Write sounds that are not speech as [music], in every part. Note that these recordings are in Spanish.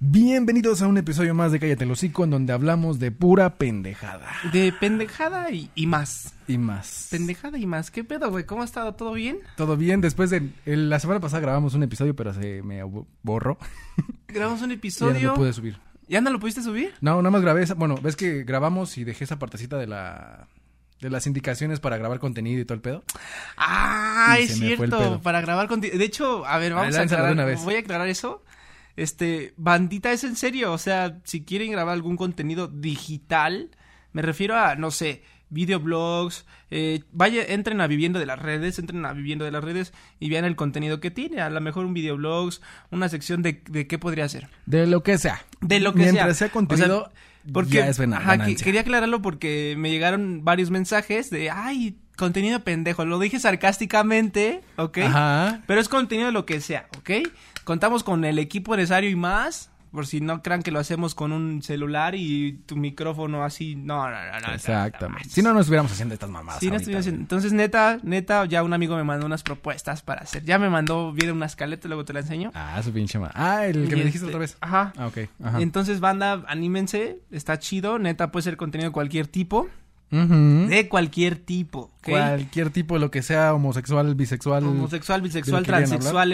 Bienvenidos a un episodio más de Cállate el Hocico, en donde hablamos de pura pendejada De pendejada y, y más. y más. Pendejada y más. ¿Qué pedo, güey? ¿Cómo ha estado? ¿Todo bien? Todo bien, después de... el- la semana pasada grabamos un episodio, pero se me bo- borró. Grabamos un Y ya episodio. no lo pude subir. ¿Ya no lo pudiste subir? No, nada más grabé esa... Bueno, ves que grabamos y dejé esa partecita de la... De las indicaciones para grabar contenido y todo el pedo. Ah, Y es se me fue el cierto. pedo. Para grabar contigo. De hecho, a ver, vamos Ah, a lánzalo de aclarar. una vez. Voy a aclarar eso. Este, bandita, es en serio. O sea, si quieren grabar algún contenido digital, me refiero a, no sé, videoblogs. eh, vaya, entren a Viviendo de las Redes, entren a Viviendo de las Redes y vean el contenido que tiene. A lo mejor un videoblogs, una sección de, de qué podría ser. De lo que sea. De lo que Mientras sea. sea contenido, porque, ya es buena ajá, que- ganancia. quería aclararlo porque me llegaron varios mensajes de, ay, contenido pendejo. Lo dije sarcásticamente, ¿ok? Ajá. Pero es contenido de lo que sea, ¿ok? Contamos con el equipo necesario y más. Por si no crean que lo hacemos con un celular y tu micrófono así. No, no, no. no Exactamente. Si no, no estuviéramos haciendo estas mamadas. Sí, no ahorita, estoy haciendo- Entonces, neta, neta, ya un amigo me mandó unas propuestas para hacer. Ya me mandó, viene una escaleta, luego te la enseño. güey. Ah, su pinche madre. Ah, el que Y me dijiste este- otra vez. Ajá. Ah, ok. Ajá. Entonces, banda, anímense, está chido, neta, puede ser contenido de cualquier tipo, Ujú. de cualquier tipo, ¿ok? Cualquier tipo, lo que sea, homosexual, bisexual. Homosexual, bisexual, querían hablar? transexual,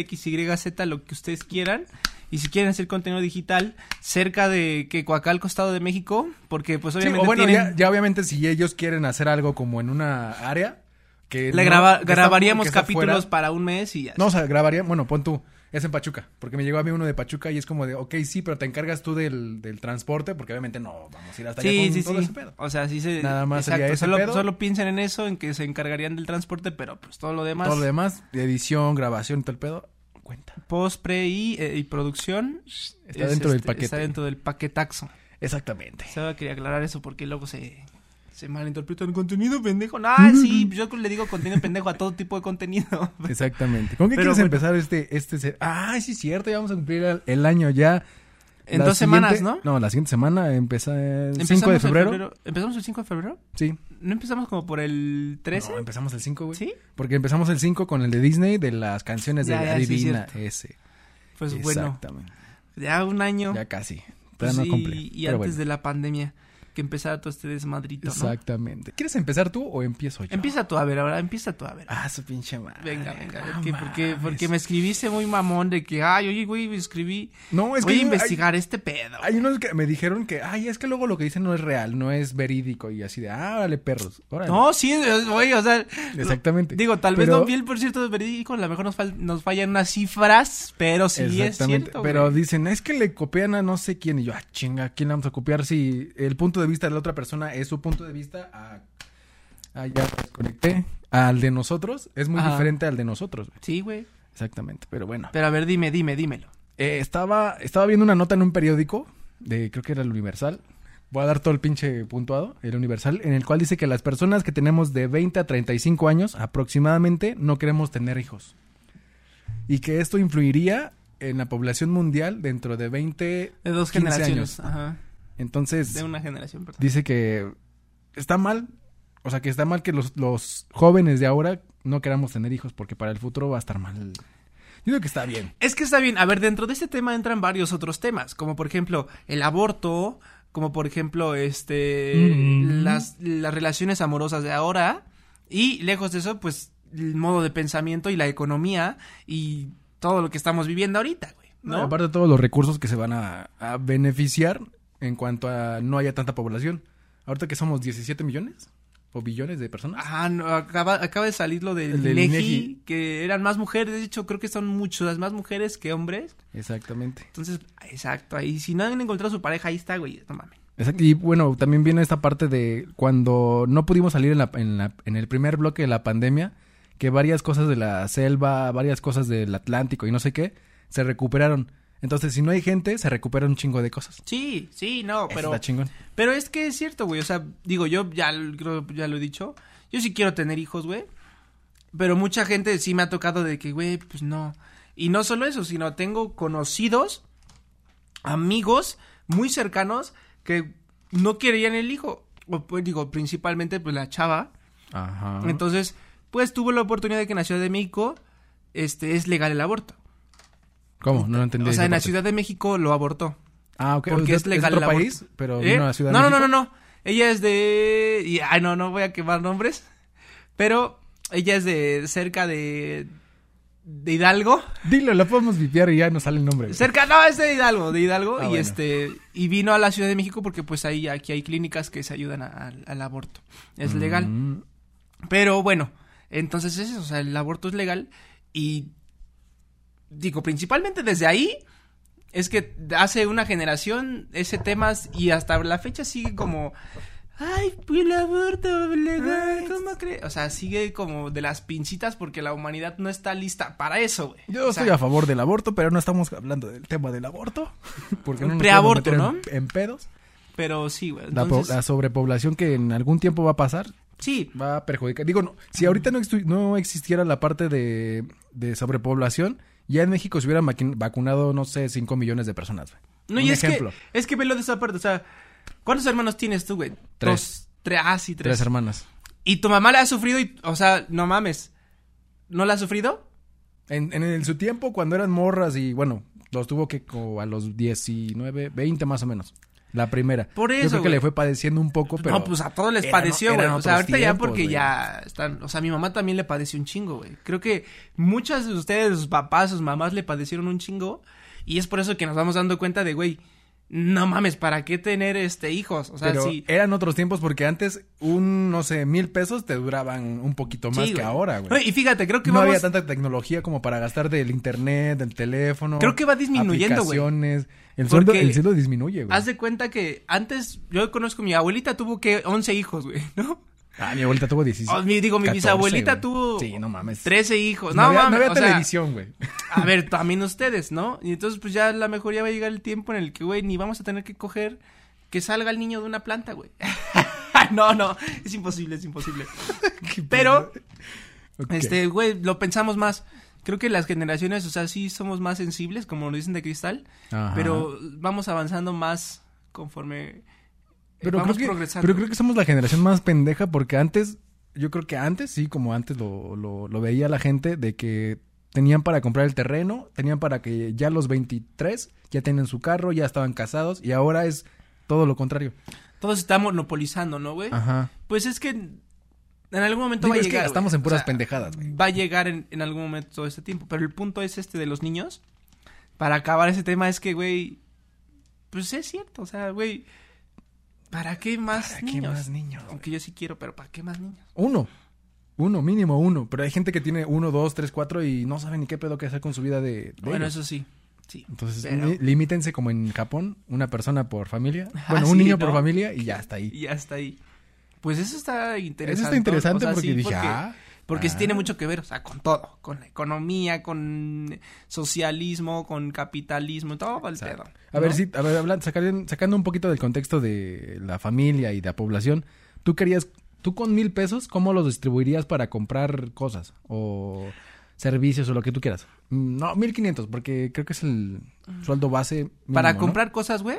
LGBTXYZ, lo que ustedes quieran. Y si quieren hacer contenido digital cerca de que al costado de México, porque pues Sí, obviamente o bueno, tienen- ya, ya obviamente si ellos quieren hacer algo como en una área que... le no- graba- que está- grabaríamos que está capítulos fuera- para un mes y ya. No, o sea, grabaría, bueno, pon tú, es en Pachuca, porque me llegó a mí uno de Pachuca y es como de, ok, sí, pero te encargas tú del, del transporte, porque obviamente no vamos a ir hasta allá sí, con sí, todo sí. ese pedo. O sea, sí se Nada más sería ese solo, pedo. solo piensen en eso, en que se encargarían del transporte, pero pues todo lo demás, Todo lo demás, edición, grabación, todo el pedo, cuenta. post, pre y, eh, y producción Está es, dentro del este, Está paquete. dentro del paquetaxo. Exactamente. Solo quería aclarar eso porque luego se, se malinterpreta el contenido pendejo. Ah, sí, yo le digo contenido pendejo a todo tipo de contenido. Exactamente. ¿Con qué Pero quieres bueno. empezar este, este... se- Ah, sí, es cierto, ya vamos a cumplir el, el año ya. En La dos semanas, ¿no? siguiente- No, la siguiente semana empieza [laughs] el Empezamos 5 de el febrero. ¿Empezamos el 5 de febrero? Sí. ¿No empezamos como por el 13? No, empezamos el 5, güey. ¿Sí? Porque empezamos el 5 con el de Disney de las canciones Ya, de ya, sí, Adivina cierto. ese. Pues bueno, Exactamente. ya un año Ya casi. pues, Todavía no y, cumple, y pero antes bueno. de la pandemia que empezara todo este desmadrito, ¿no? Exactamente. ¿Quieres empezar tú o empiezo yo? Empieza tú a ver ahora, empieza tú a ver. Ah, su pinche madre. Venga, venga, no ¿qué? porque, mames. porque me escribiste muy mamón de que, ay, oye, güey, me escribí, No, es voy que a hay- investigar este pedo. Hay unos que me dijeron que, ay, es que luego lo que dicen no es real, no es verídico y así de, ah, órale, perros. Órale. No, sí, güey, o sea. Exactamente. Digo, tal vez Pero- no vi el por cierto de verídico, a lo mejor nos, fal- nos fallan unas cifras, pero sí es Exactamente. cierto. Pero güey. dicen, es que le copian a no sé quién. Y yo, ah, chinga, ¿a ¿quién le vamos a copiar si el punto de vista de la otra persona es su punto de vista? A... Ah, ya desconecté. Al de nosotros es muy Ajá. diferente al de nosotros. güey. Sí, güey. Exactamente. Pero bueno. Pero a ver, dime, dime, dímelo. Eh, estaba, estaba viendo una nota en un periódico, de, creo que era el Universal. Voy a dar todo el pinche puntuado, el Universal, en el cual dice que las personas que tenemos de 20 a 35 años aproximadamente no queremos tener hijos. Y que esto influiría en la población mundial dentro de 20... De dos 15 años. generaciones. Ajá. Entonces, De una generación, perdón. dice que está mal, o sea, que está mal que los, los jóvenes de ahora no queramos tener hijos porque para el futuro va a estar mal. Yo digo que está bien. Es que está bien. A ver, dentro de este tema entran varios otros temas, como por ejemplo el aborto, como por ejemplo este Mm. las, las relaciones amorosas de ahora y lejos de eso, pues el modo de pensamiento y la economía y todo lo que estamos viviendo ahorita, güey. ¿no? ¿no? aparte todos los recursos que se van a, a beneficiar en cuanto a no haya tanta población. Ahorita que somos 17 millones o billones de personas. Ajá, no, acaba, acaba de salir lo del, El del INEGI, INEGI. que eran más mujeres, de hecho creo que son muchas más mujeres que hombres. Exactamente. Entonces, exacto, ahí si no han encontrado a su pareja, ahí está, güey, no mames. Exact- Y bueno, también viene esta parte de cuando no pudimos salir en, la, en, la- en el primer bloque de la pandemia, que varias cosas de la selva, varias cosas del Atlántico y no sé qué, se recuperaron. Entonces, si no hay gente, se recupera un chingo de cosas. Sí, sí, no, Eso pero... está chingón. Pero es que es cierto, güey. O sea, digo, yo ya, l- creo- ya lo he dicho. Yo sí quiero tener hijos, güey. Pero mucha gente sí me ha tocado de que, güey, pues no. Y no solo eso, sino tengo conocidos, amigos muy cercanos que no querían el hijo. O, pues, digo, principalmente, pues la chava. Ajá. Entonces, pues tuvo la oportunidad de que nació de México, este, es legal el aborto. ¿Cómo? No lo entendí. O sea, esa en la parte. Ciudad de México lo abortó. Ah, ok. porque de- es legal de el otro aborto. país, pero ¿Eh? vino a la Ciudad no, de no, no, México. no, no. Ella es de... y- ay, no, no voy a quemar nombres. Pero ella es de cerca de... De Hidalgo. Dilo, la podemos vipiar y ya nos sale el nombre. güey. Cerca, no, es de Hidalgo, de Hidalgo. Ah, y bueno. este y vino a la Ciudad de México porque pues ahí aquí hay clínicas que se ayudan a- al- al aborto. Es legal. Mm, Pero bueno, entonces es eso, o sea, el aborto es legal y digo, principalmente desde ahí es que hace una generación ese tema y hasta la fecha sigue como ay, pues el aborto legal, ¿cómo crees? O sea, sigue como de las pincitas porque la humanidad no está lista para eso, güey. Yo O sea, estoy a favor del aborto, pero no estamos hablando del tema del aborto. Porque no nos Preaborto, podemos ¿no? meter En, en pedos. pero sí, güey. La, po- Entonces, la sobrepoblación que en algún tiempo va a pasar, sí, va a perjudicar. Digo, no, si ahorita no, estu- no existiera la parte de, de sobrepoblación, ya en México se hubieran maqui- vacunado, no sé, 5 millones de personas. güey. No, Un y ejemplo. es que es que velo de esa parte, o sea, ¿cuántos hermanos tienes tú, güey? Tres. Dos, tres, ah, sí, tres. Tres hermanas. Y tu mamá la ha sufrido y, o sea, no mames. ¿No la ha sufrido? En, en el- su tiempo, cuando eran morras y bueno, los tuvo que co- a los 19, 20 más o menos. La primera. Por Yo eso, creo que güey. le fue padeciendo un poco, pero. no, pues a todos les eran- padeció, güey. eran O sea, otros ahorita ya tiempos, porque güey. ya están, o sea, mi mamá también le padeció un chingo, güey. Creo que muchas de ustedes, sus papás, sus mamás le padecieron un chingo y es por eso que nos vamos dando cuenta de, güey, no mames, ¿para qué tener este hijos? O sea, Pero sí. eran otros tiempos porque antes un, no sé, mil pesos te duraban un poquito más sí, que güey. ahora, No, güey. y fíjate, creo que No vamos había tanta tecnología como para gastar del internet, del teléfono. Creo que va disminuyendo, güey. aplicaciones. El sueldo, Porque el sueldo disminuye, güey. Haz de cuenta que antes, yo conozco, mi abuelita tuvo que 11 hijos, güey, ¿no? Ah, mi abuelita tuvo 16. Oh, mi- digo, mi 14, bisabuelita güey. tuvo Sí, no mames. 13 hijos. Pues No, no, había, no mames, había o sea, televisión, güey. [laughs] a ver, también ustedes, ¿no? Y entonces, pues ya a lo mejor ya va a llegar el tiempo en el que, güey, ni vamos a tener que coger que salga el niño de una planta, güey. [laughs] no, no, es imposible, [laughs] es imposible. Pero, Ok. este, güey, lo pensamos más. Creo que las generaciones, o sea, sí somos más sensibles, como nos dicen de cristal, Ajá. pero vamos avanzando más conforme eh, Pero vamos creo que, progresando. Pero creo que somos la generación más pendeja porque antes, yo creo que antes, sí, como antes lo, lo, lo veía la gente, de que tenían para comprar el terreno, tenían para que ya los 23 ya tenían su carro, ya estaban casados y ahora es todo lo contrario. Todo se está monopolizando, ¿no, güey? Ajá. Pues es que en algún momento Ah. Digo, va a es llegar. que gastamos güey. en O puras sea, pendejadas, güey. Va a llegar en, en algún momento todo este tiempo. Pero el punto es este de los niños. Para acabar ese tema es que, güey. Pues es cierto, o sea, güey. ¿Para qué más ¿Para qué niños? más niños, Aunque yo sí quiero, pero ¿para qué más niños? Uno. Uno, mínimo uno. Pero hay gente que tiene uno, dos, tres, cuatro y no sabe ni qué pedo que hacer con su vida de... de Bueno, ellos. eso sí. Sí. Entonces, pero- li- limítense como en Japón, una persona por familia. Ah, Bueno, un sí, niño por ¿no? familia y ya está ahí. Y hasta ahí. Pues eso está interesante. Eso está interesante o sea, porque sí, dije, ah, Porque sí ah. tiene mucho que ver, o sea, con todo, con la economía, con socialismo, con capitalismo, todo el pedo. Exacto. A ver, ¿no? sí, a ver, hablan- sacarían- sacando un poquito del contexto de la familia y de la población, tú querías, tú con mil pesos, ¿cómo los distribuirías para comprar cosas o servicios o lo que tú quieras? Mm, No, mil quinientos, porque creo que es el sueldo base. mínimo, Para ¿no? comprar cosas, güey.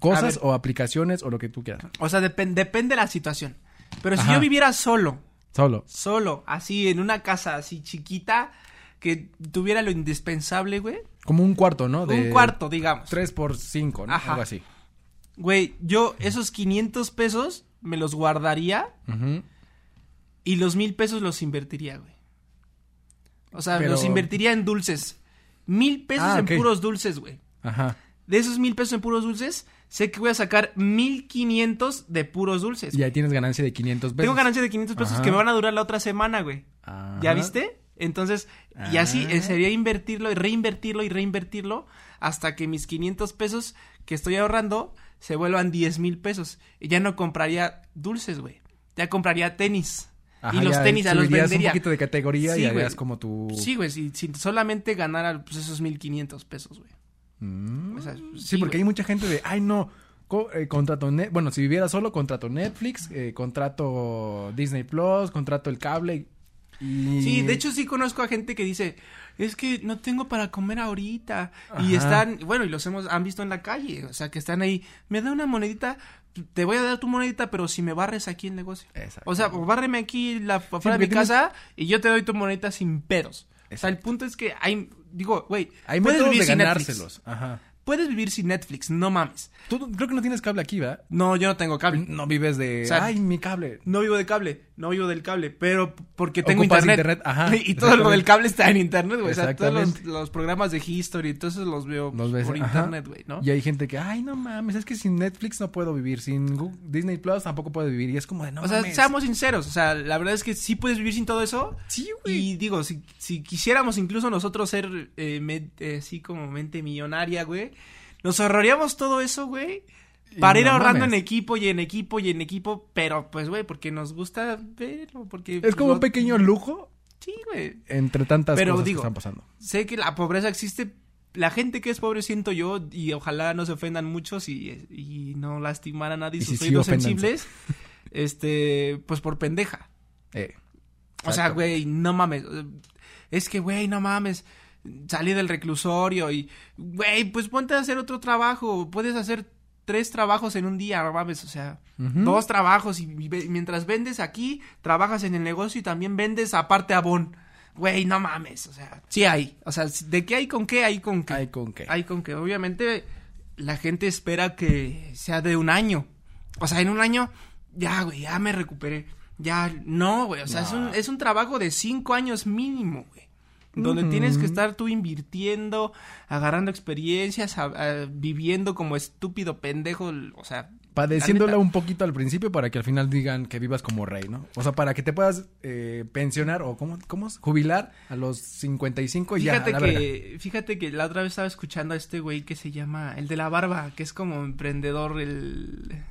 cosas a o aplicaciones o lo que tú quieras. O sea, depen- depende de la situación. Pero si Ajá. yo viviera solo, Solo. solo, así, en una casa así chiquita, que tuviera lo indispensable, güey. Como un cuarto, ¿no? De Un cuarto, digamos. Tres por cinco, ¿no? Ajá. Algo así. Güey, yo esos 500 pesos me los guardaría Ujú. y los mil pesos los invertiría, güey. O sea, Pero- los invertiría en dulces. Mil pesos Ah, en ok. puros dulces, güey. Ajá. De esos mil pesos en puros dulces, sé que voy a sacar mil quinientos de puros dulces. Y ahí tienes ganancia de 500 pesos. Tengo ganancia de 500 pesos Ajá. que me van a durar la otra semana, güey. ¿Ya Ajá. viste? Entonces, y así Ah. eh, sería invertirlo y reinvertirlo y reinvertirlo hasta que mis 500 pesos que estoy ahorrando se vuelvan 10 mil pesos. Y ya no compraría dulces, güey. Ya compraría tenis. Ajá, y los ya tenis a los subirías vendería. un poquito de categoría Sí, y güey. harías como tu... Sí, güey, si, si solamente ganara pues, esos 1500 pesos, güey. Mm. O sea, Sí, porque hay mucha gente de, ay, no, co- eh, contrato Net- bueno, si viviera solo, contrato Netflix, eh, contrato Disney Plus, contrato el cable. Y... Sí, de hecho sí conozco a gente que dice, es que no tengo para comer ahorita. Ajá. Y están, bueno, y los hemos, han visto en la calle, o sea, que están ahí, me da una monedita, te voy a dar tu monedita, pero si me barres aquí el negocio. Exacto. O sea, o bárreme aquí la, afuera de porque mi tienes- casa y yo te doy tu monedita sin pedos. O sea, el punto es que hay, digo, güey, Hay puedes métodos vivir de sin ganárselos. Netflix. Ajá. Puedes vivir sin Netflix, no mames. Tú no- creo que no tienes cable aquí, ¿verdad? No, yo no tengo cable. No vives de. O sea, Ay, mi cable. No vivo de cable, no vivo del cable, pero p- porque tengo Ocupas internet. internet, ajá, [laughs] y todo exactamente. lo del cable está en internet, güey. O sea, todos los, Exactamente. los programas de History, entonces los veo Los ves, por ajá. internet, güey, ¿no? Y hay gente que, ay, no mames, es que sin Netflix no puedo vivir, sin Gu- Disney Plus tampoco puedo vivir. Y es como de, no o sea, mames. seamos sinceros, o sea, la verdad es que sí puedes vivir sin todo eso. Sí, güey. Y digo, si, si quisiéramos incluso nosotros ser eh, me- eh, así como mente millonaria, güey, nos ahorraríamos todo eso, güey, Y para ir no ahorrando mames. en equipo y en equipo y en equipo, pero pues, güey, porque nos gusta verlo, porque... Es como un pequeño pequeño lujo Sí, güey. entre tantas Pero cosas digo- que están pasando. Sé que la pobreza existe, la gente que es pobre siento yo, y ojalá no se ofendan muchos y, y no lastimar a nadie Y si sus sí, oídos oféndanse. sensibles, este, pues por pendeja. Eh, O sea, Exacto. güey, no mames. Es que, güey, no mames. Salí del reclusorio y, güey, pues ponte a hacer otro trabajo. Puedes hacer tres trabajos en un día, no mames. O sea, Ujú. dos trabajos y, ve- mientras vendes aquí, trabajas en el negocio y también vendes aparte a Bon. Güey, no mames. O sea, sí hay. O sea, ¿de qué hay con qué? Hay con qué. Hay con qué. Hay con que, obviamente, la gente espera que sea de un año. O sea, en un año, ya, güey, ya me recuperé. Ya, no, güey. O sea, es, un, es un trabajo de cinco años mínimo, güey. Donde tienes que estar tú invirtiendo, agarrando experiencias, a- a- viviendo como estúpido pendejo. O sea, Padeciéndola la neta. un poquito al principio para que al final digan que vivas como rey, ¿no? O sea, para que te puedas eh, pensionar o, ¿cómo, cómo es? Jubilar a los 55 y Pues ya. Fíjate a la verga. que, fíjate que la otra vez estaba escuchando a este güey que se llama el de la barba, que es como emprendedor, el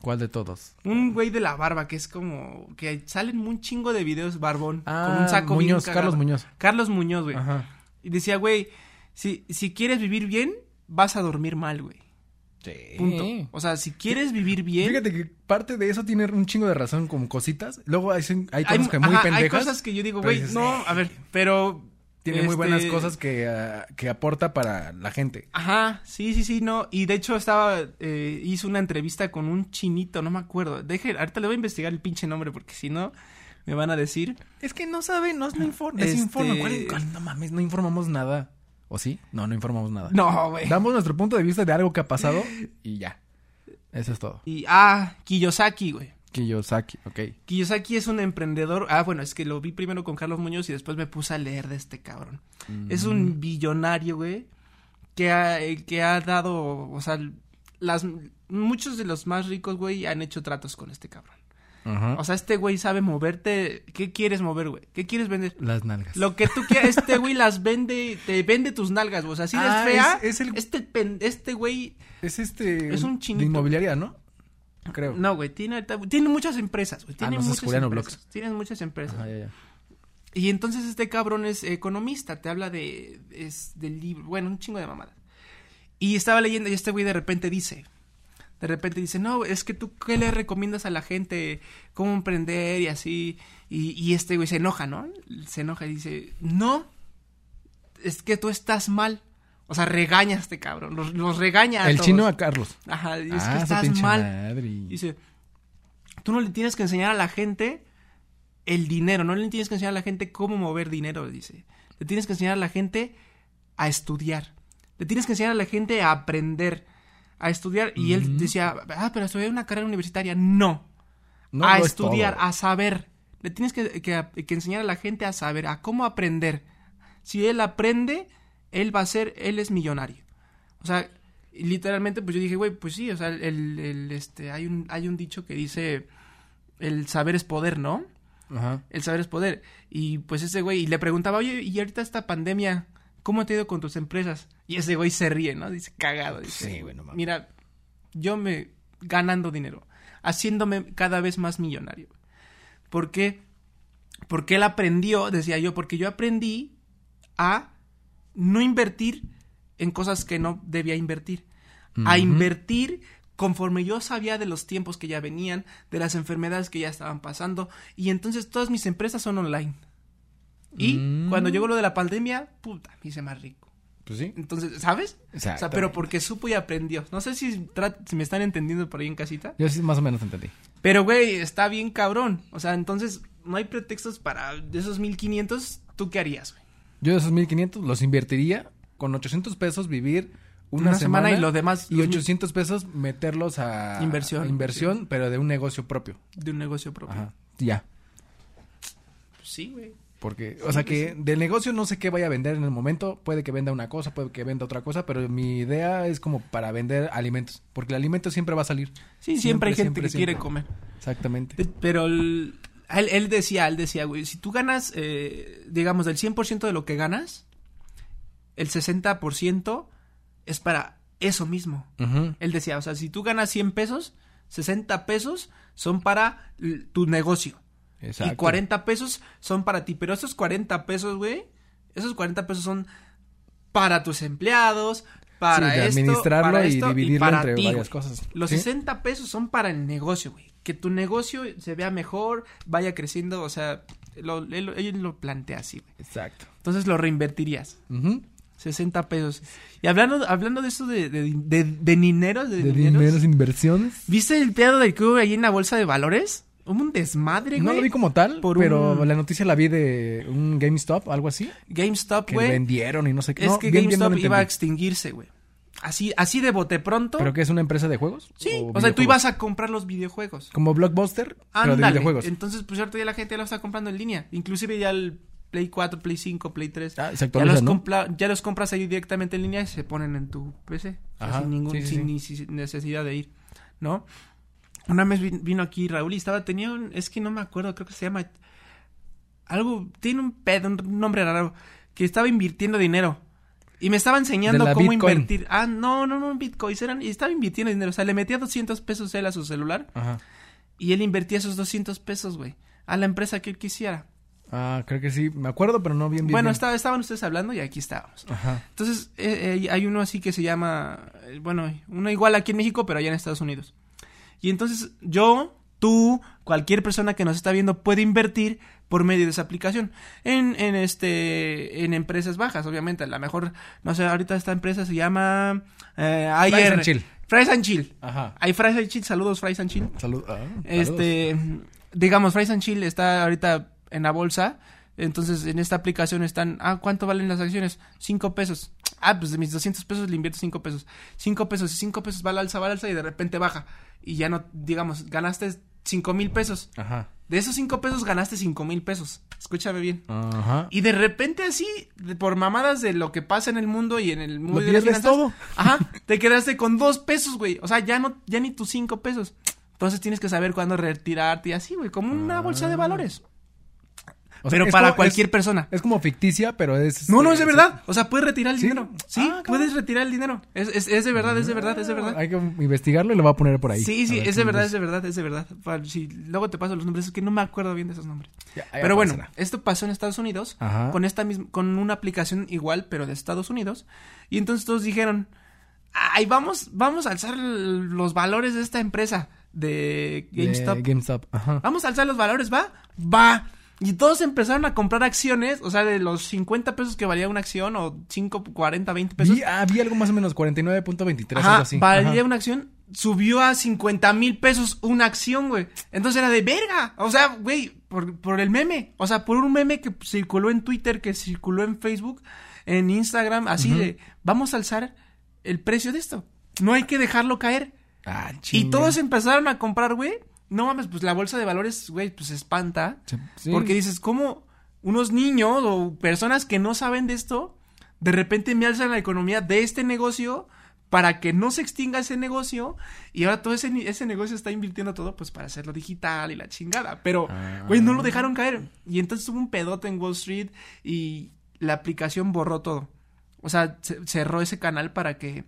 ¿Cuál de todos? Un güey de la barba que es como. que salen un chingo de videos barbón. Ah, con un saco bien Muñoz, cagado. Carlos Muñoz. Carlos Muñoz, güey. Ajá. Y decía, güey, si, si quieres vivir bien, vas a dormir mal, güey. Sí. Punto. O sea, si quieres vivir bien. Fíjate que parte de eso tiene un chingo de razón como cositas. Luego hay, cin- hay hay, cosas que muy ajá, hay pendejas. cosas que yo digo, pero güey, dices, no, "Eh". a ver, pero. Tiene muy buenas este, cosas que, ah, que aporta para la gente. Ajá, sí, sí, sí, no. Y de hecho estaba, eh, hizo una entrevista con un chinito, no me acuerdo. Deje, ahorita le voy a investigar el pinche nombre porque si no, me van a decir. Es que no saben, no, no informan. Este- No mames, no informamos nada. ¿O sí? No, no informamos nada. No, güey. Damos nuestro punto de vista de algo que ha pasado y ya. Eso es todo. Y, ah, Kiyosaki, güey. Kiyosaki, ok. Kiyosaki es un emprendedor. Ah, bueno, es que lo vi primero con Carlos Muñoz y después me puse a leer de este cabrón. Es Mm. un billonario, güey, que ha, eh, que ha dado, o sea, las, muchos de los más ricos, güey, han hecho tratos con este cabrón. Ajá. O sea, este güey sabe moverte. ¿Qué quieres mover, güey? ¿Qué quieres vender? Las nalgas. Lo que tú quieras, este güey las vende, te vende tus nalgas, güey. O sea, si eres Ah, fea, es- es el- este, pen- este güey Es este. Es un De chinito. inmobiliaria, ¿no? Creo. No, güey, tiene, ahorita- tiene muchas empresas, güey. Tiene Ah, no, ese es muchas Juliano empresas. Tiene muchas empresas. Ajá, ya, ya. Y entonces este cabrón es economista, te habla de, es del libro, bueno, un chingo de mamadas. Y estaba leyendo y este güey de repente dice, de repente dice, no, es que tú, ¿qué le recomiendas a la gente? ¿Cómo emprender y así? Y, y este güey se enoja, ¿no? Se enoja y dice, no, es que tú estás mal. O sea, regaña a este cabrón, los, los regaña a El todos. chino a Carlos. Ajá, y es ah, que su estás pinche mal. madre. Dice, tú no le tienes que enseñar a la gente el dinero, no le tienes que enseñar a la gente cómo mover dinero, dice. Le tienes que enseñar a la gente a estudiar. Le tienes que enseñar a la gente a aprender, a estudiar. Y él decía, ah, pero estudiar una carrera universitaria. No, No a lo es estudiar, todo. a saber. Le tienes que, que- que enseñar a la gente a saber, a cómo aprender. Si él aprende, él va a ser, él es millonario. O sea, y literalmente, pues yo dije, güey, pues sí, o sea, el, el, este, hay, un, hay un dicho que dice, el saber es poder, ¿no? Ajá. El saber es poder. Y pues ese güey, y le preguntaba, oye, y ahorita esta pandemia, ¿cómo te ha ido con tus empresas? Y ese güey se ríe, ¿no? Dice, cagado. Dice, Sí, güey, no mames. Mira, yo me ganando dinero, haciéndome cada vez más millonario. ¿Por qué? Porque él aprendió, decía yo, porque yo aprendí a no invertir en cosas que no debía invertir. A invertir conforme yo sabía de los tiempos que ya venían, de las enfermedades que ya estaban pasando. Y entonces todas mis empresas son online. Y Mm. cuando llegó lo de la pandemia, puta, me hice más rico. Pues sí. Entonces, ¿sabes? O sea, Exactamente. pero porque supo y aprendió. No sé si, tra- si me están entendiendo por ahí en casita. Yo sí más o menos entendí. Pero, güey, está bien cabrón. O sea, entonces, no hay pretextos para de esos 1500. ¿Tú qué harías, güey? Yo de esos 1500 los invertiría con 800 pesos vivir una, semana, y lo demás y 800 pesos meterlos a Inversión. a inversión, pero de un negocio propio. de un negocio propio. Pues Ajá. Ya. Sí, pues güey. Porque, o sea que del negocio no sé qué vaya a vender en el momento. Puede que venda una cosa, puede que venda otra cosa, pero mi idea es como para vender alimentos. Porque el alimento siempre va a salir. Sí, siempre, hay gente siempre, que quiere siempre. comer. Exactamente. De- Pero el- él, él decía, él decía, güey, si tú ganas, eh, digamos, del 100% de lo que ganas, el 60% es para eso mismo. Ujú. Él decía, o sea, si tú ganas 100 pesos, 60 pesos son para l- tu negocio. Y Exacto. 40 pesos son para ti. Pero esos 40 pesos, güey, esos 40 pesos son para tus empleados, para Sí, de esto, administrarlo para y esto dividirlo para entre ti, varias güey. cosas. Los Sí. 60 pesos son para el negocio, güey. Que tu negocio se vea mejor, vaya creciendo, o sea, lo, él, él lo plantea así, güey. Exacto. Entonces lo reinvertirías. Ujú. 60 pesos. Y hablando, hablando de esto de, de, de, de dineros, de, De dineros, dineros, inversiones. ¿Viste el pedo del que hubo ahí en la bolsa de valores? Hubo un desmadre, güey. No lo vi como tal, por pero un- la noticia la vi de un GameStop, algo así. GameStop, Que güey. vendieron y no sé qué. Es No, que bien, bien no GameStop lo iba a entendí. extinguirse, güey. Así, así de bote pronto. ¿Pero que es una empresa de juegos? sí, o, videojuegos? sea, tú ibas a comprar los videojuegos. Como Blockbuster, pero de Ándale. videojuegos. Entonces, pues cierto, ya la gente ya lo está comprando en línea. Inclusive ya el Play 4, Play 5, Play 3. Ah, se ya, actualiza, los ¿no? compla- ya los compras ahí directamente en línea y se ponen en tu PC. O sea, Ajá, sin ningún, sí, sí, sin ni- sin necesidad de ir, ¿no? Una vez vin- vino aquí Raúl y estaba, tenía un, es que no me acuerdo, creo que se llama algo, tiene un pedo, un nombre raro, que estaba invirtiendo dinero. Y me estaba enseñando De la cómo Bitcoin. invertir. Ah, no, no, no, Bitcoin. Eran, y estaba invirtiendo dinero. O sea, le metía 200 pesos él a su celular. Ajá. Y él invertía esos 200 pesos, güey, a la empresa que él quisiera. Ah, creo que sí. Me acuerdo, pero no bien bien. bueno, bien. estaba- estaban ustedes hablando y aquí estábamos. Ajá. Entonces, eh, eh, hay uno así que se llama, eh, bueno, uno igual aquí en México, pero allá en Estados Unidos. Y entonces, yo, tú, cualquier persona que nos está viendo puede invertir por medio de esa aplicación en, en este, en empresas bajas, obviamente. A lo mejor, no sé, ahorita esta empresa se llama, eh, Fries IR. and Chill. Fries and Chill. Ajá. Hay Fries and Chill, saludos Fries and Chill. Salud. ah, saludos. Este, digamos, Fries and Chill está ahorita en la bolsa. Entonces, en esta aplicación están, ah, ¿cuánto valen las acciones? Cinco pesos. Ah, pues de mis 200 pesos le invierto cinco pesos. Cinco pesos y cinco pesos va al alza, va al alza y de repente baja. Y ya no, digamos, ganaste cinco mil pesos. Ajá. De esos cinco pesos ganaste cinco mil pesos. Escúchame bien. Ajá. Y de repente así, de- por mamadas de lo que pasa en el mundo y en el mundo Lo de las pierdes finanzas, todo. Ajá, te quedaste con dos pesos, güey. O sea, ya no, ya ni tus cinco pesos. Entonces tienes que saber cuándo retirarte y así, güey, como una bolsa de valores. Ah. O sea, Pero es para como- cualquier es- persona. Es como ficticia, pero es. No, no, es de este, verdad. O sea, puedes retirar el ¿Sí? dinero. Sí, Ah, cabrón. puedes retirar el dinero. Es, es, es de verdad, es de verdad, es de verdad. Hay que investigarlo y lo voy a poner por ahí. Sí, A sí, ver es de cómo verdad, es de verdad, es de verdad. Pa- si- luego te paso los nombres, es que no me acuerdo bien de esos nombres. Ya, ya Pero bueno, aparecerá. esto pasó en Estados Unidos Ajá. con esta misma, con una aplicación igual, pero de Estados Unidos. Y entonces todos dijeron, ay, vamos, vamos a alzar el- los valores de esta empresa de De GameStop. GameStop. Ajá. Vamos a alzar los valores, ¿va? Va. Y todos empezaron a comprar acciones, o sea, de los 50 pesos que valía una acción, o 5, 40, 20 pesos. Vi, ah, vi algo más o menos 49.23, Ajá, algo así. valía Ajá. una acción, subió a 50 mil pesos una acción, güey. Entonces era de verga. O sea, güey, por, por el meme. O sea, por un meme que circuló en Twitter, que circuló en Facebook, en Instagram, así de, vamos a alzar el precio de esto. No hay que dejarlo caer. Ah, Y chinga. todos empezaron a comprar, güey. No mames, pues la bolsa de valores, güey, pues espanta. Sí, sí. Porque dices, ¿cómo unos niños o personas que no saben de esto, de repente me alzan la economía de este negocio para que no se extinga ese negocio? Y ahora todo ese, ni- ese negocio está invirtiendo todo, pues, para hacerlo digital y la chingada. Pero, Ah. güey, no lo dejaron caer. Y entonces hubo un pedote en Wall Street y la aplicación borró todo. O sea, ce- cerró ese canal para que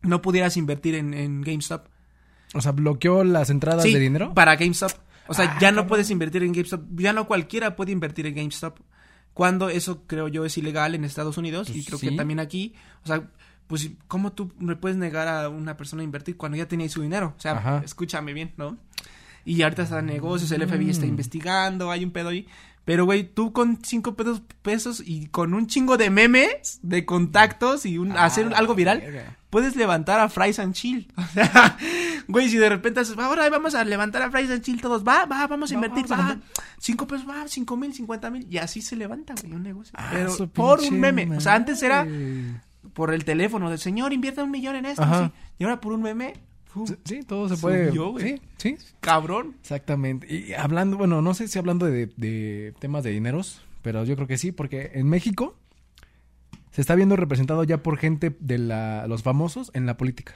no pudieras invertir en, en GameStop. O sea, bloqueó las entradas Sí, de dinero. Para GameStop. O sea, Ah, ya no cabrón. puedes invertir en GameStop. Ya no cualquiera puede invertir en GameStop. Cuando eso, creo yo, es ilegal en Estados Unidos y Pues creo que sí. también aquí. O sea, pues, ¿cómo tú le puedes negar a una persona a invertir cuando ya tenía su dinero? O sea, Ajá. escúchame bien, ¿no? Y ahorita están negocios, el FBI Mm. está investigando, hay un pedo ahí. Pero, güey, tú con cinco pedos- pesos y con un chingo de memes, de contactos y un, Ah, hacer algo viral, verga. [laughs] puedes levantar a Fries and Chill. O sea, Güey, si de repente haces, ahora vamos a levantar a Price and Chill todos, va, va, vamos Va, a invertir, vamos a va, cinco pesos, va, cinco mil, cincuenta mil, y así se levanta, güey, un negocio. Ah, Pero su por pinche un meme, o sea, antes era madre. por el teléfono del señor, invierta un millón en esto, Ajá. sí. y ahora por un meme, ¡pum! Sí, Sí, todo se puede. Subió, güey. sí, sí, cabrón. exactamente. Y hablando, bueno, no sé si hablando de, de temas de dineros, pero yo creo que sí, porque en México se está viendo representado ya por gente de la, los famosos en la política.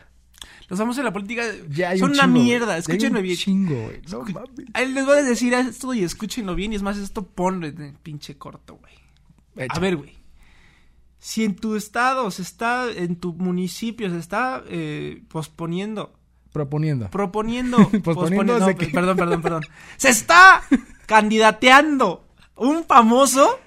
Los famosos de la política Ya hay son un una chingo, güey. Ya mierda, hay escúchenme un bien. chingo, güey. No mames. Ahí les voy a decir esto y escúchenlo bien, y es más, esto ponle de pinche corto, güey. A Échale. ver, güey. Si en tu estado se está, en tu municipio se está eh, posponiendo, proponiendo. [laughs] proponiendo, Posponiendo pospone- no, hace pe- que- perdón, perdón, perdón. Se está candidateando un famoso.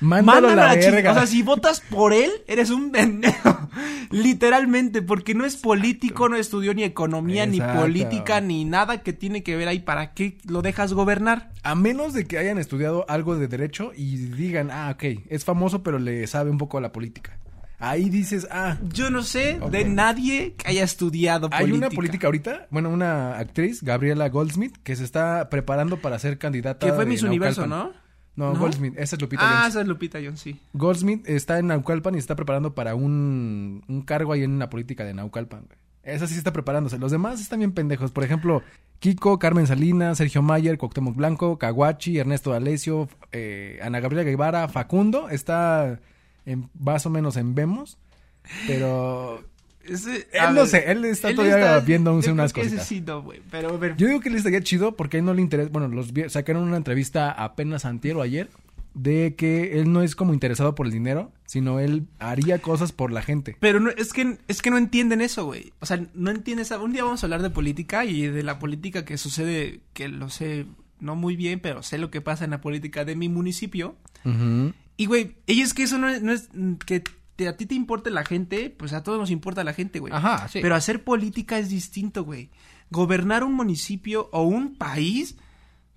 Mándalo, Mándalo a la chingada. verga. O sea, si votas por él, eres un pendejo. [laughs] Literalmente, porque no es político, no estudió ni economía, Exacto. ni política, ni nada que tiene que ver ahí. ¿Para qué lo dejas gobernar? A menos de que hayan estudiado algo de derecho y digan, ah, ok, es famoso, pero le sabe un poco a la política. Ahí dices, ah, Yo no sé Ok. de nadie que haya estudiado hay una política ahorita, bueno, una actriz, Gabriela Goldsmith, que se está preparando para ser candidata. Que fue de Miss Universo, Naucalpan. ¿no? No, ¿No? Goldsmith, esa es Lupita Ah, Jones. esa es Lupita Jones, sí. Goldsmith está en Naucalpan y se está preparando para un, un cargo ahí en la política de Naucalpan. güey. Esa sí se está preparándose. Los demás están bien pendejos. Por ejemplo, Kiko, Carmen Salinas, Sergio Mayer, Cuauhtémoc Blanco, Caguachi, Ernesto D'Alessio, eh, Ana Gabriela Guevara, Facundo. Está en- más o menos en Vemos, pero... Ese- Él a no ver, sé, él está él todavía está- viendo yo creo unas que ese cositas. sí no, güey, pero a ver. Yo digo que le estaría chido porque a él no le interesa. Bueno, los vi- sacaron una entrevista apenas antier o ayer de que él no es como interesado por el dinero, sino él haría cosas por la gente. Pero no, es, que, es que no entienden eso, güey. O sea, no entienden esa... Un día vamos a hablar de política y de la política que sucede, que lo sé no muy bien, pero sé lo que pasa en la política de mi municipio. Y, güey, y es que eso no es... no es- mm, que te- a ti te importe la gente, pues a todos nos importa la gente, güey. Ajá, sí. Pero hacer política es distinto, güey. Gobernar un municipio o un país,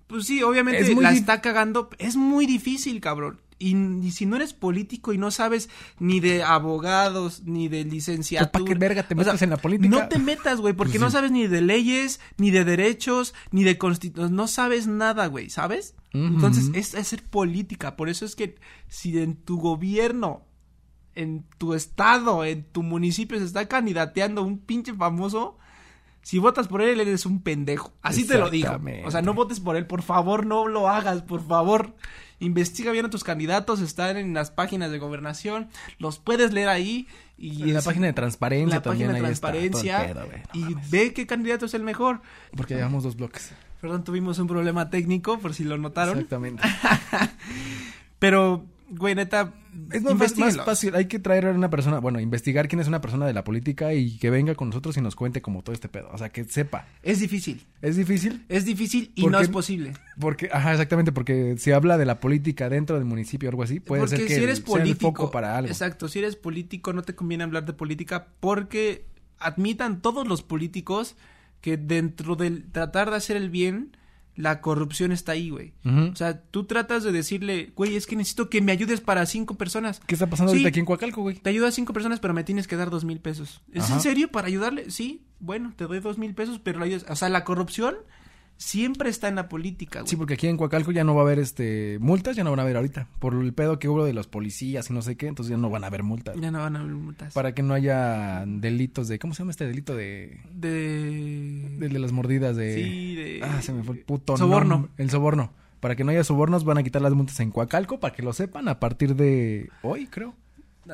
pues sí, obviamente Es muy la dif- está cagando. Es muy difícil, cabrón. Y, y si no eres político y no sabes ni de abogados, ni de licenciatura. ¿para Pues, qué verga te o metes en la política? No te metas, güey, porque Pues no sí. sabes ni de leyes, ni de derechos, ni de constitución. No sabes nada, güey, ¿sabes? Ujú. Entonces es hacer política. Por eso es que si en tu gobierno en tu estado, en tu municipio se está candidateando un pinche famoso, si votas por él eres un pendejo. Así te lo digo. Exactamente. O sea, no votes por él, por favor, no lo hagas, por favor. Investiga bien a tus candidatos, están en las páginas de gobernación, los puedes leer ahí y Y en la sí, página de transparencia la también página de ahí está todo el transparencia pedo, güey, no y mames. ve qué candidato es el mejor. Porque llevamos dos bloques. Perdón, tuvimos un problema técnico por si lo notaron, [laughs] Exactamente. pero güey, neta, Es más, fácil- más investíguenlo. fácil, hay que traer a una persona, bueno, investigar quién es una persona de la política y que venga con nosotros y nos cuente como todo este pedo. O sea, que sepa. Es difícil, Es difícil es difícil y ¿Por no qué? es posible. porque, ajá, exactamente, porque si habla de la política dentro del municipio o algo así, puede porque ser que si eres sea político, el foco para algo. Exacto, si eres político no te conviene hablar de política porque admitan todos los políticos que dentro del tratar de hacer el bien, la corrupción está ahí, güey. Ujú. O sea, tú tratas de decirle, güey, es que necesito que me ayudes para cinco personas. ¿Qué está pasando Sí. Ah, ahorita aquí en Coacalco, güey? Te ayudo a cinco personas, pero me tienes que dar dos mil pesos. ¿Es Ajá. en serio para ayudarle? Sí, bueno, te doy dos mil pesos, pero la ayudas. O sea, la corrupción siempre está en la política, güey. Sí, porque aquí en Coacalco ya no va a haber este multas, ya no van a haber ahorita. Por el pedo que hubo de los policías y no sé qué, entonces ya no van a haber multas. Ya no van a haber multas. Para que no haya delitos de. ¿Cómo se llama este delito de. De... El de las mordidas de. Sí, de- Ah, se me fue el puto Soborno. nombre. El soborno. Para que no haya sobornos, van a quitar las multas en Coacalco para que lo sepan a partir de hoy, creo.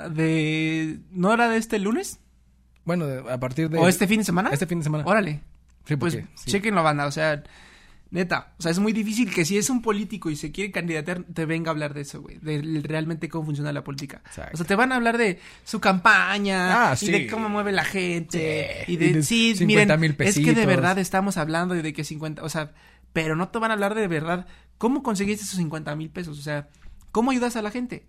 de ¿No era de este lunes? Bueno, de- a partir de. ¿O este fin de semana? este fin de semana. Órale. Sí, Pues porque. sí. chequenlo, banda. O sea, neta. O sea, es muy difícil que si es un político y se quiere candidatar, te venga a hablar de eso, güey. De l- realmente cómo funciona la política. Exacto. O sea, te van a hablar de su campaña. Ah, Y sí. de cómo mueve la gente. Sí. Y de, Y de sí, 50 miren, mil es que de pesitos. verdad estamos hablando de que 50... O sea, pero no te van a hablar de verdad cómo conseguiste esos 50 mil pesos. O sea, ¿cómo ayudas a la gente?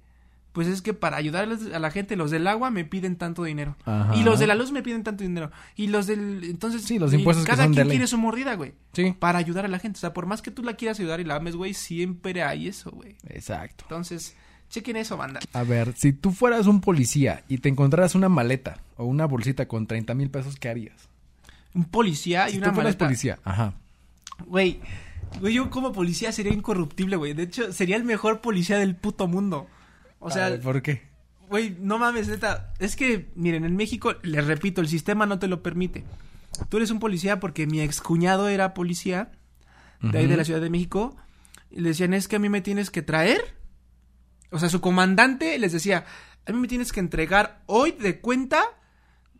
Pues es que para ayudarles a la gente, los del agua me piden tanto dinero. Ajá. Y los de la luz me piden tanto dinero. Y los del... Entonces... Sí, los y impuestos que Cada son de quien ley. quiere su mordida, güey Sí. para ayudar a la gente. O sea, por más que tú la quieras ayudar y la ames, güey, siempre hay eso, güey. Exacto. Entonces, chequen eso, banda. A ver, si tú fueras un policía y te encontraras una maleta o una bolsita con 30 mil pesos, ¿qué harías? un policía y Si una tú fueras maleta. policía, ajá. Güey, güey, yo como policía sería incorruptible, güey. De hecho, sería el mejor policía del puto mundo. O sea, Ay, ¿por qué? Güey, no mames, neta. Es que, miren, en México, les repito, el sistema no te lo permite. Tú eres un policía porque mi excuñado era policía de ahí de la Ciudad de México. Y le decían, es que a mí me tienes que traer. O sea, su comandante les decía, a mí me tienes que entregar hoy de cuenta,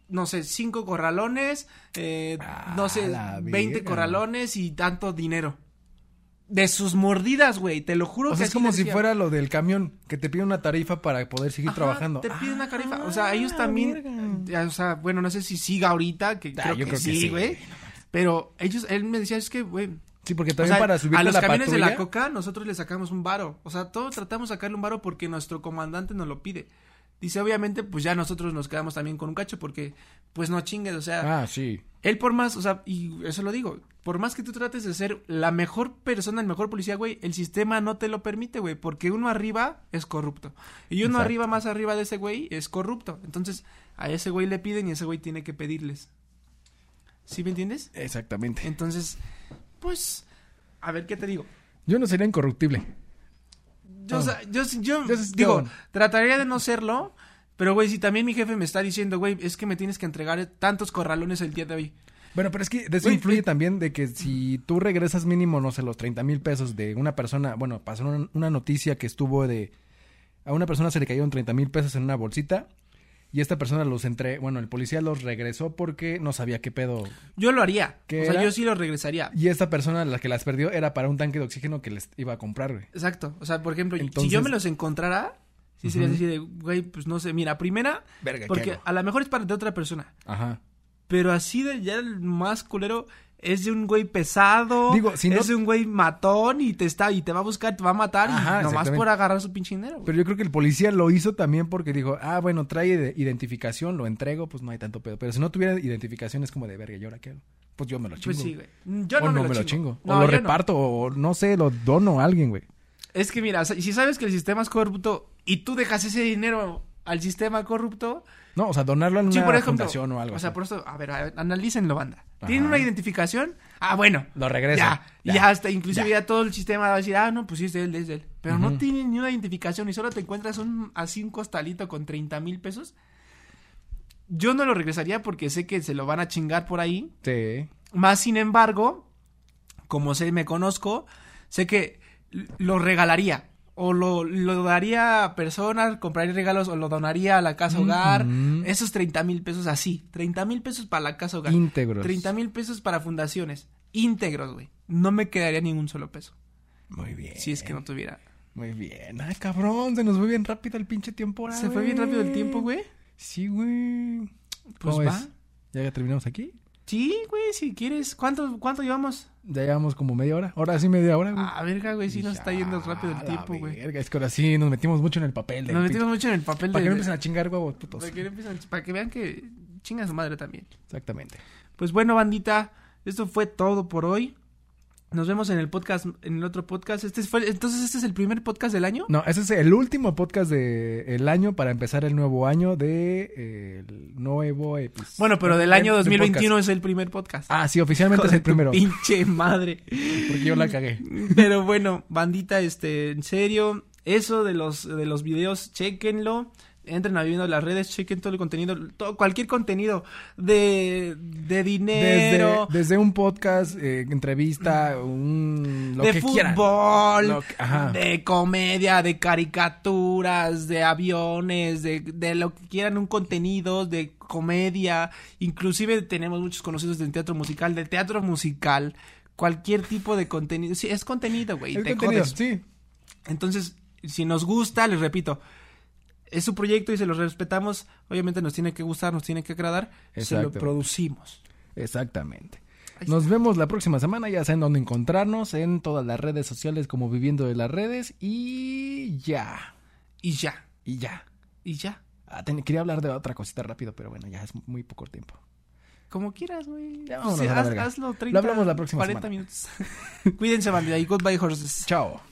no sé, cinco corralones, eh, Ah, no sé, la veinte verga. corralones y tanto dinero. De sus mordidas, güey, te lo juro O que sea, es así como les si decía. fuera lo del camión, que te pide una tarifa para poder seguir Ajá, trabajando. Te piden una carifa. O Ah, sea, ellos también. verga. ya, o sea, bueno, no sé si siga ahorita, que Ah, creo, yo que, creo que sí, sí, güey. güey, Pero ellos, él me decía, es que, güey. Sí, porque O también sea, para subir a a los la camiones de la patrulla. coca, nosotros le sacamos un varo. O sea, todos tratamos de sacarle un varo porque nuestro comandante nos lo pide. Dice, obviamente, pues ya nosotros nos quedamos también con un cacho porque, pues no chingues, o sea, Ah, sí. él por más, o sea, y eso lo digo, por más que tú trates de ser la mejor persona, el mejor policía, güey, el sistema no te lo permite, güey, porque uno arriba es corrupto. Y uno Exacto. arriba, más arriba de ese güey, es corrupto. Entonces, a ese güey le piden y ese güey tiene que pedirles. ¿Sí me entiendes? Exactamente. Entonces, pues, a ver qué te digo. Yo no sería incorruptible. Yo, o sea, yo, yo Ah. Yo sí- digo, yo- trataría de no serlo, pero, güey, si también mi jefe me está diciendo, güey, es que me tienes que entregar tantos corralones el día de hoy. Bueno, pero es que de eso Güey, influye eh. también de que si tú regresas mínimo, no sé, los 30 mil pesos de una persona, bueno, pasó una, una noticia que estuvo de, a una persona se le cayeron 30 mil pesos en una bolsita y esta persona los entre, bueno, el policía los regresó porque no sabía qué pedo. Yo lo haría. ¿Qué o sea, era? yo sí lo regresaría. Y esta persona, la que las perdió, era para un tanque de oxígeno que les iba a comprar, güey. Exacto. O sea, por ejemplo, Entonces- si yo me los encontrara, sí sería decir, güey, pues no sé. Mira, primera, Verga, ¿qué porque hago? a lo mejor es para de otra persona. Ajá. Pero así de ya el más culero es de un güey pesado. Digo, si no- Es de un güey matón y te está y te va a buscar, te va a matar. y Ajá, nomás exactamente. por agarrar su pinche dinero. güey. Pero yo creo que el policía lo hizo también porque dijo, ah, bueno, trae ide- identificación, lo entrego, pues no hay tanto pedo. Pero si no tuviera identificación es como de verga, ¿y ahora qué hago? Pues yo me lo chingo. pues sí, güey. Yo o no, me, lo chingo. No, o lo yo no. reparto, o no sé, lo dono a alguien, güey. Es que mira, o sea, si sabes que el sistema es corrupto y tú dejas ese dinero al sistema corrupto, No, o sea, donarlo en una Sí, por ejemplo. fundación o algo. sea, así. por eso, a ver, a ver, analícenlo, banda. Ajá. ¿Tienen una identificación? Ah, bueno. Lo regresa. Ya, Ya, ya, hasta inclusive ya. todo el sistema va a decir, ah, no, pues sí, es de él, es de él. Pero no tienen ni una identificación y solo te encuentras un, así un costalito con 30 mil pesos. Yo no lo regresaría porque sé que se lo van a chingar por ahí. Sí. Más sin embargo, como sé, me conozco, sé que l- lo regalaría. O lo, lo daría a personas, compraría regalos, o lo donaría a la casa hogar. Ujú. Esos 30 mil pesos así. 30 mil pesos para la casa hogar. Íntegros. 30 mil pesos para fundaciones. Íntegros, güey. No me quedaría ningún solo peso. Muy bien. Si es que no tuviera. Muy bien. Ah, cabrón, se nos fue bien rápido el pinche tiempo. ahora, Se fue bien rápido el tiempo, güey. Sí, güey. Pues ¿Cómo va. ves? ¿Ya terminamos aquí? Sí, güey, si quieres. ¿Cuánto, cuánto llevamos? Ya llevamos como media hora. Ahora sí, media hora, güey. Ah, verga, güey, sí nos está yendo rápido Ah, la el tiempo, güey. verga, Es que ahora sí nos metimos mucho en el papel. del Nos pinche- metimos mucho en el papel Para de... que no empiecen a chingar huevos, putos. Para que, no empiecen- para que vean que chinga su madre también. Exactamente. Pues bueno, bandita, esto fue todo por hoy. Nos vemos en el podcast, en el otro podcast. Este fue, entonces, ¿este es el primer podcast del año? No, ese es el último podcast del año para empezar el nuevo año de eh, el nuevo episodio. Bueno, pero del de- año de 2021 podcast. es el primer podcast. Ah, sí, oficialmente es Hijo de el tu primero. Pinche madre. Porque yo la cagué. Pero bueno, bandita, este, en serio, eso de los, de los videos, chequenlo. Entren a viviendo las redes, chequen todo el contenido, todo, cualquier contenido de, de Desde, dinero, desde un podcast, eh, entrevista, un. Lo de que quieran. fútbol, Lo que- ajá. de comedia, de caricaturas, de aviones, de, de lo que quieran, un contenido, de comedia. Inclusive tenemos muchos conocidos del teatro musical, del teatro musical, cualquier tipo de contenido. Sí, es contenido, güey. Es te contenido, jodes. sí. Entonces, si nos gusta, les repito, es su proyecto y se lo respetamos. Obviamente nos tiene que gustar, nos tiene que agradar. Se lo Exacto. producimos. Exactamente. Ahí Nos vemos la próxima semana, ya saben dónde encontrarnos, en todas las redes sociales como Viviendo de las Redes y ya, Y ya, y ya. y ya. Ah, ten- quería hablar de otra cosita rápido, pero bueno, ya es muy poco tiempo. Como quieras, güey. Ya vámonos Sí, a la haz- verga. hazlo 30 Lo hablamos la próxima 40 semana. [laughs] minutos. Cuídense, bandida. Y goodbye, horses. Chao.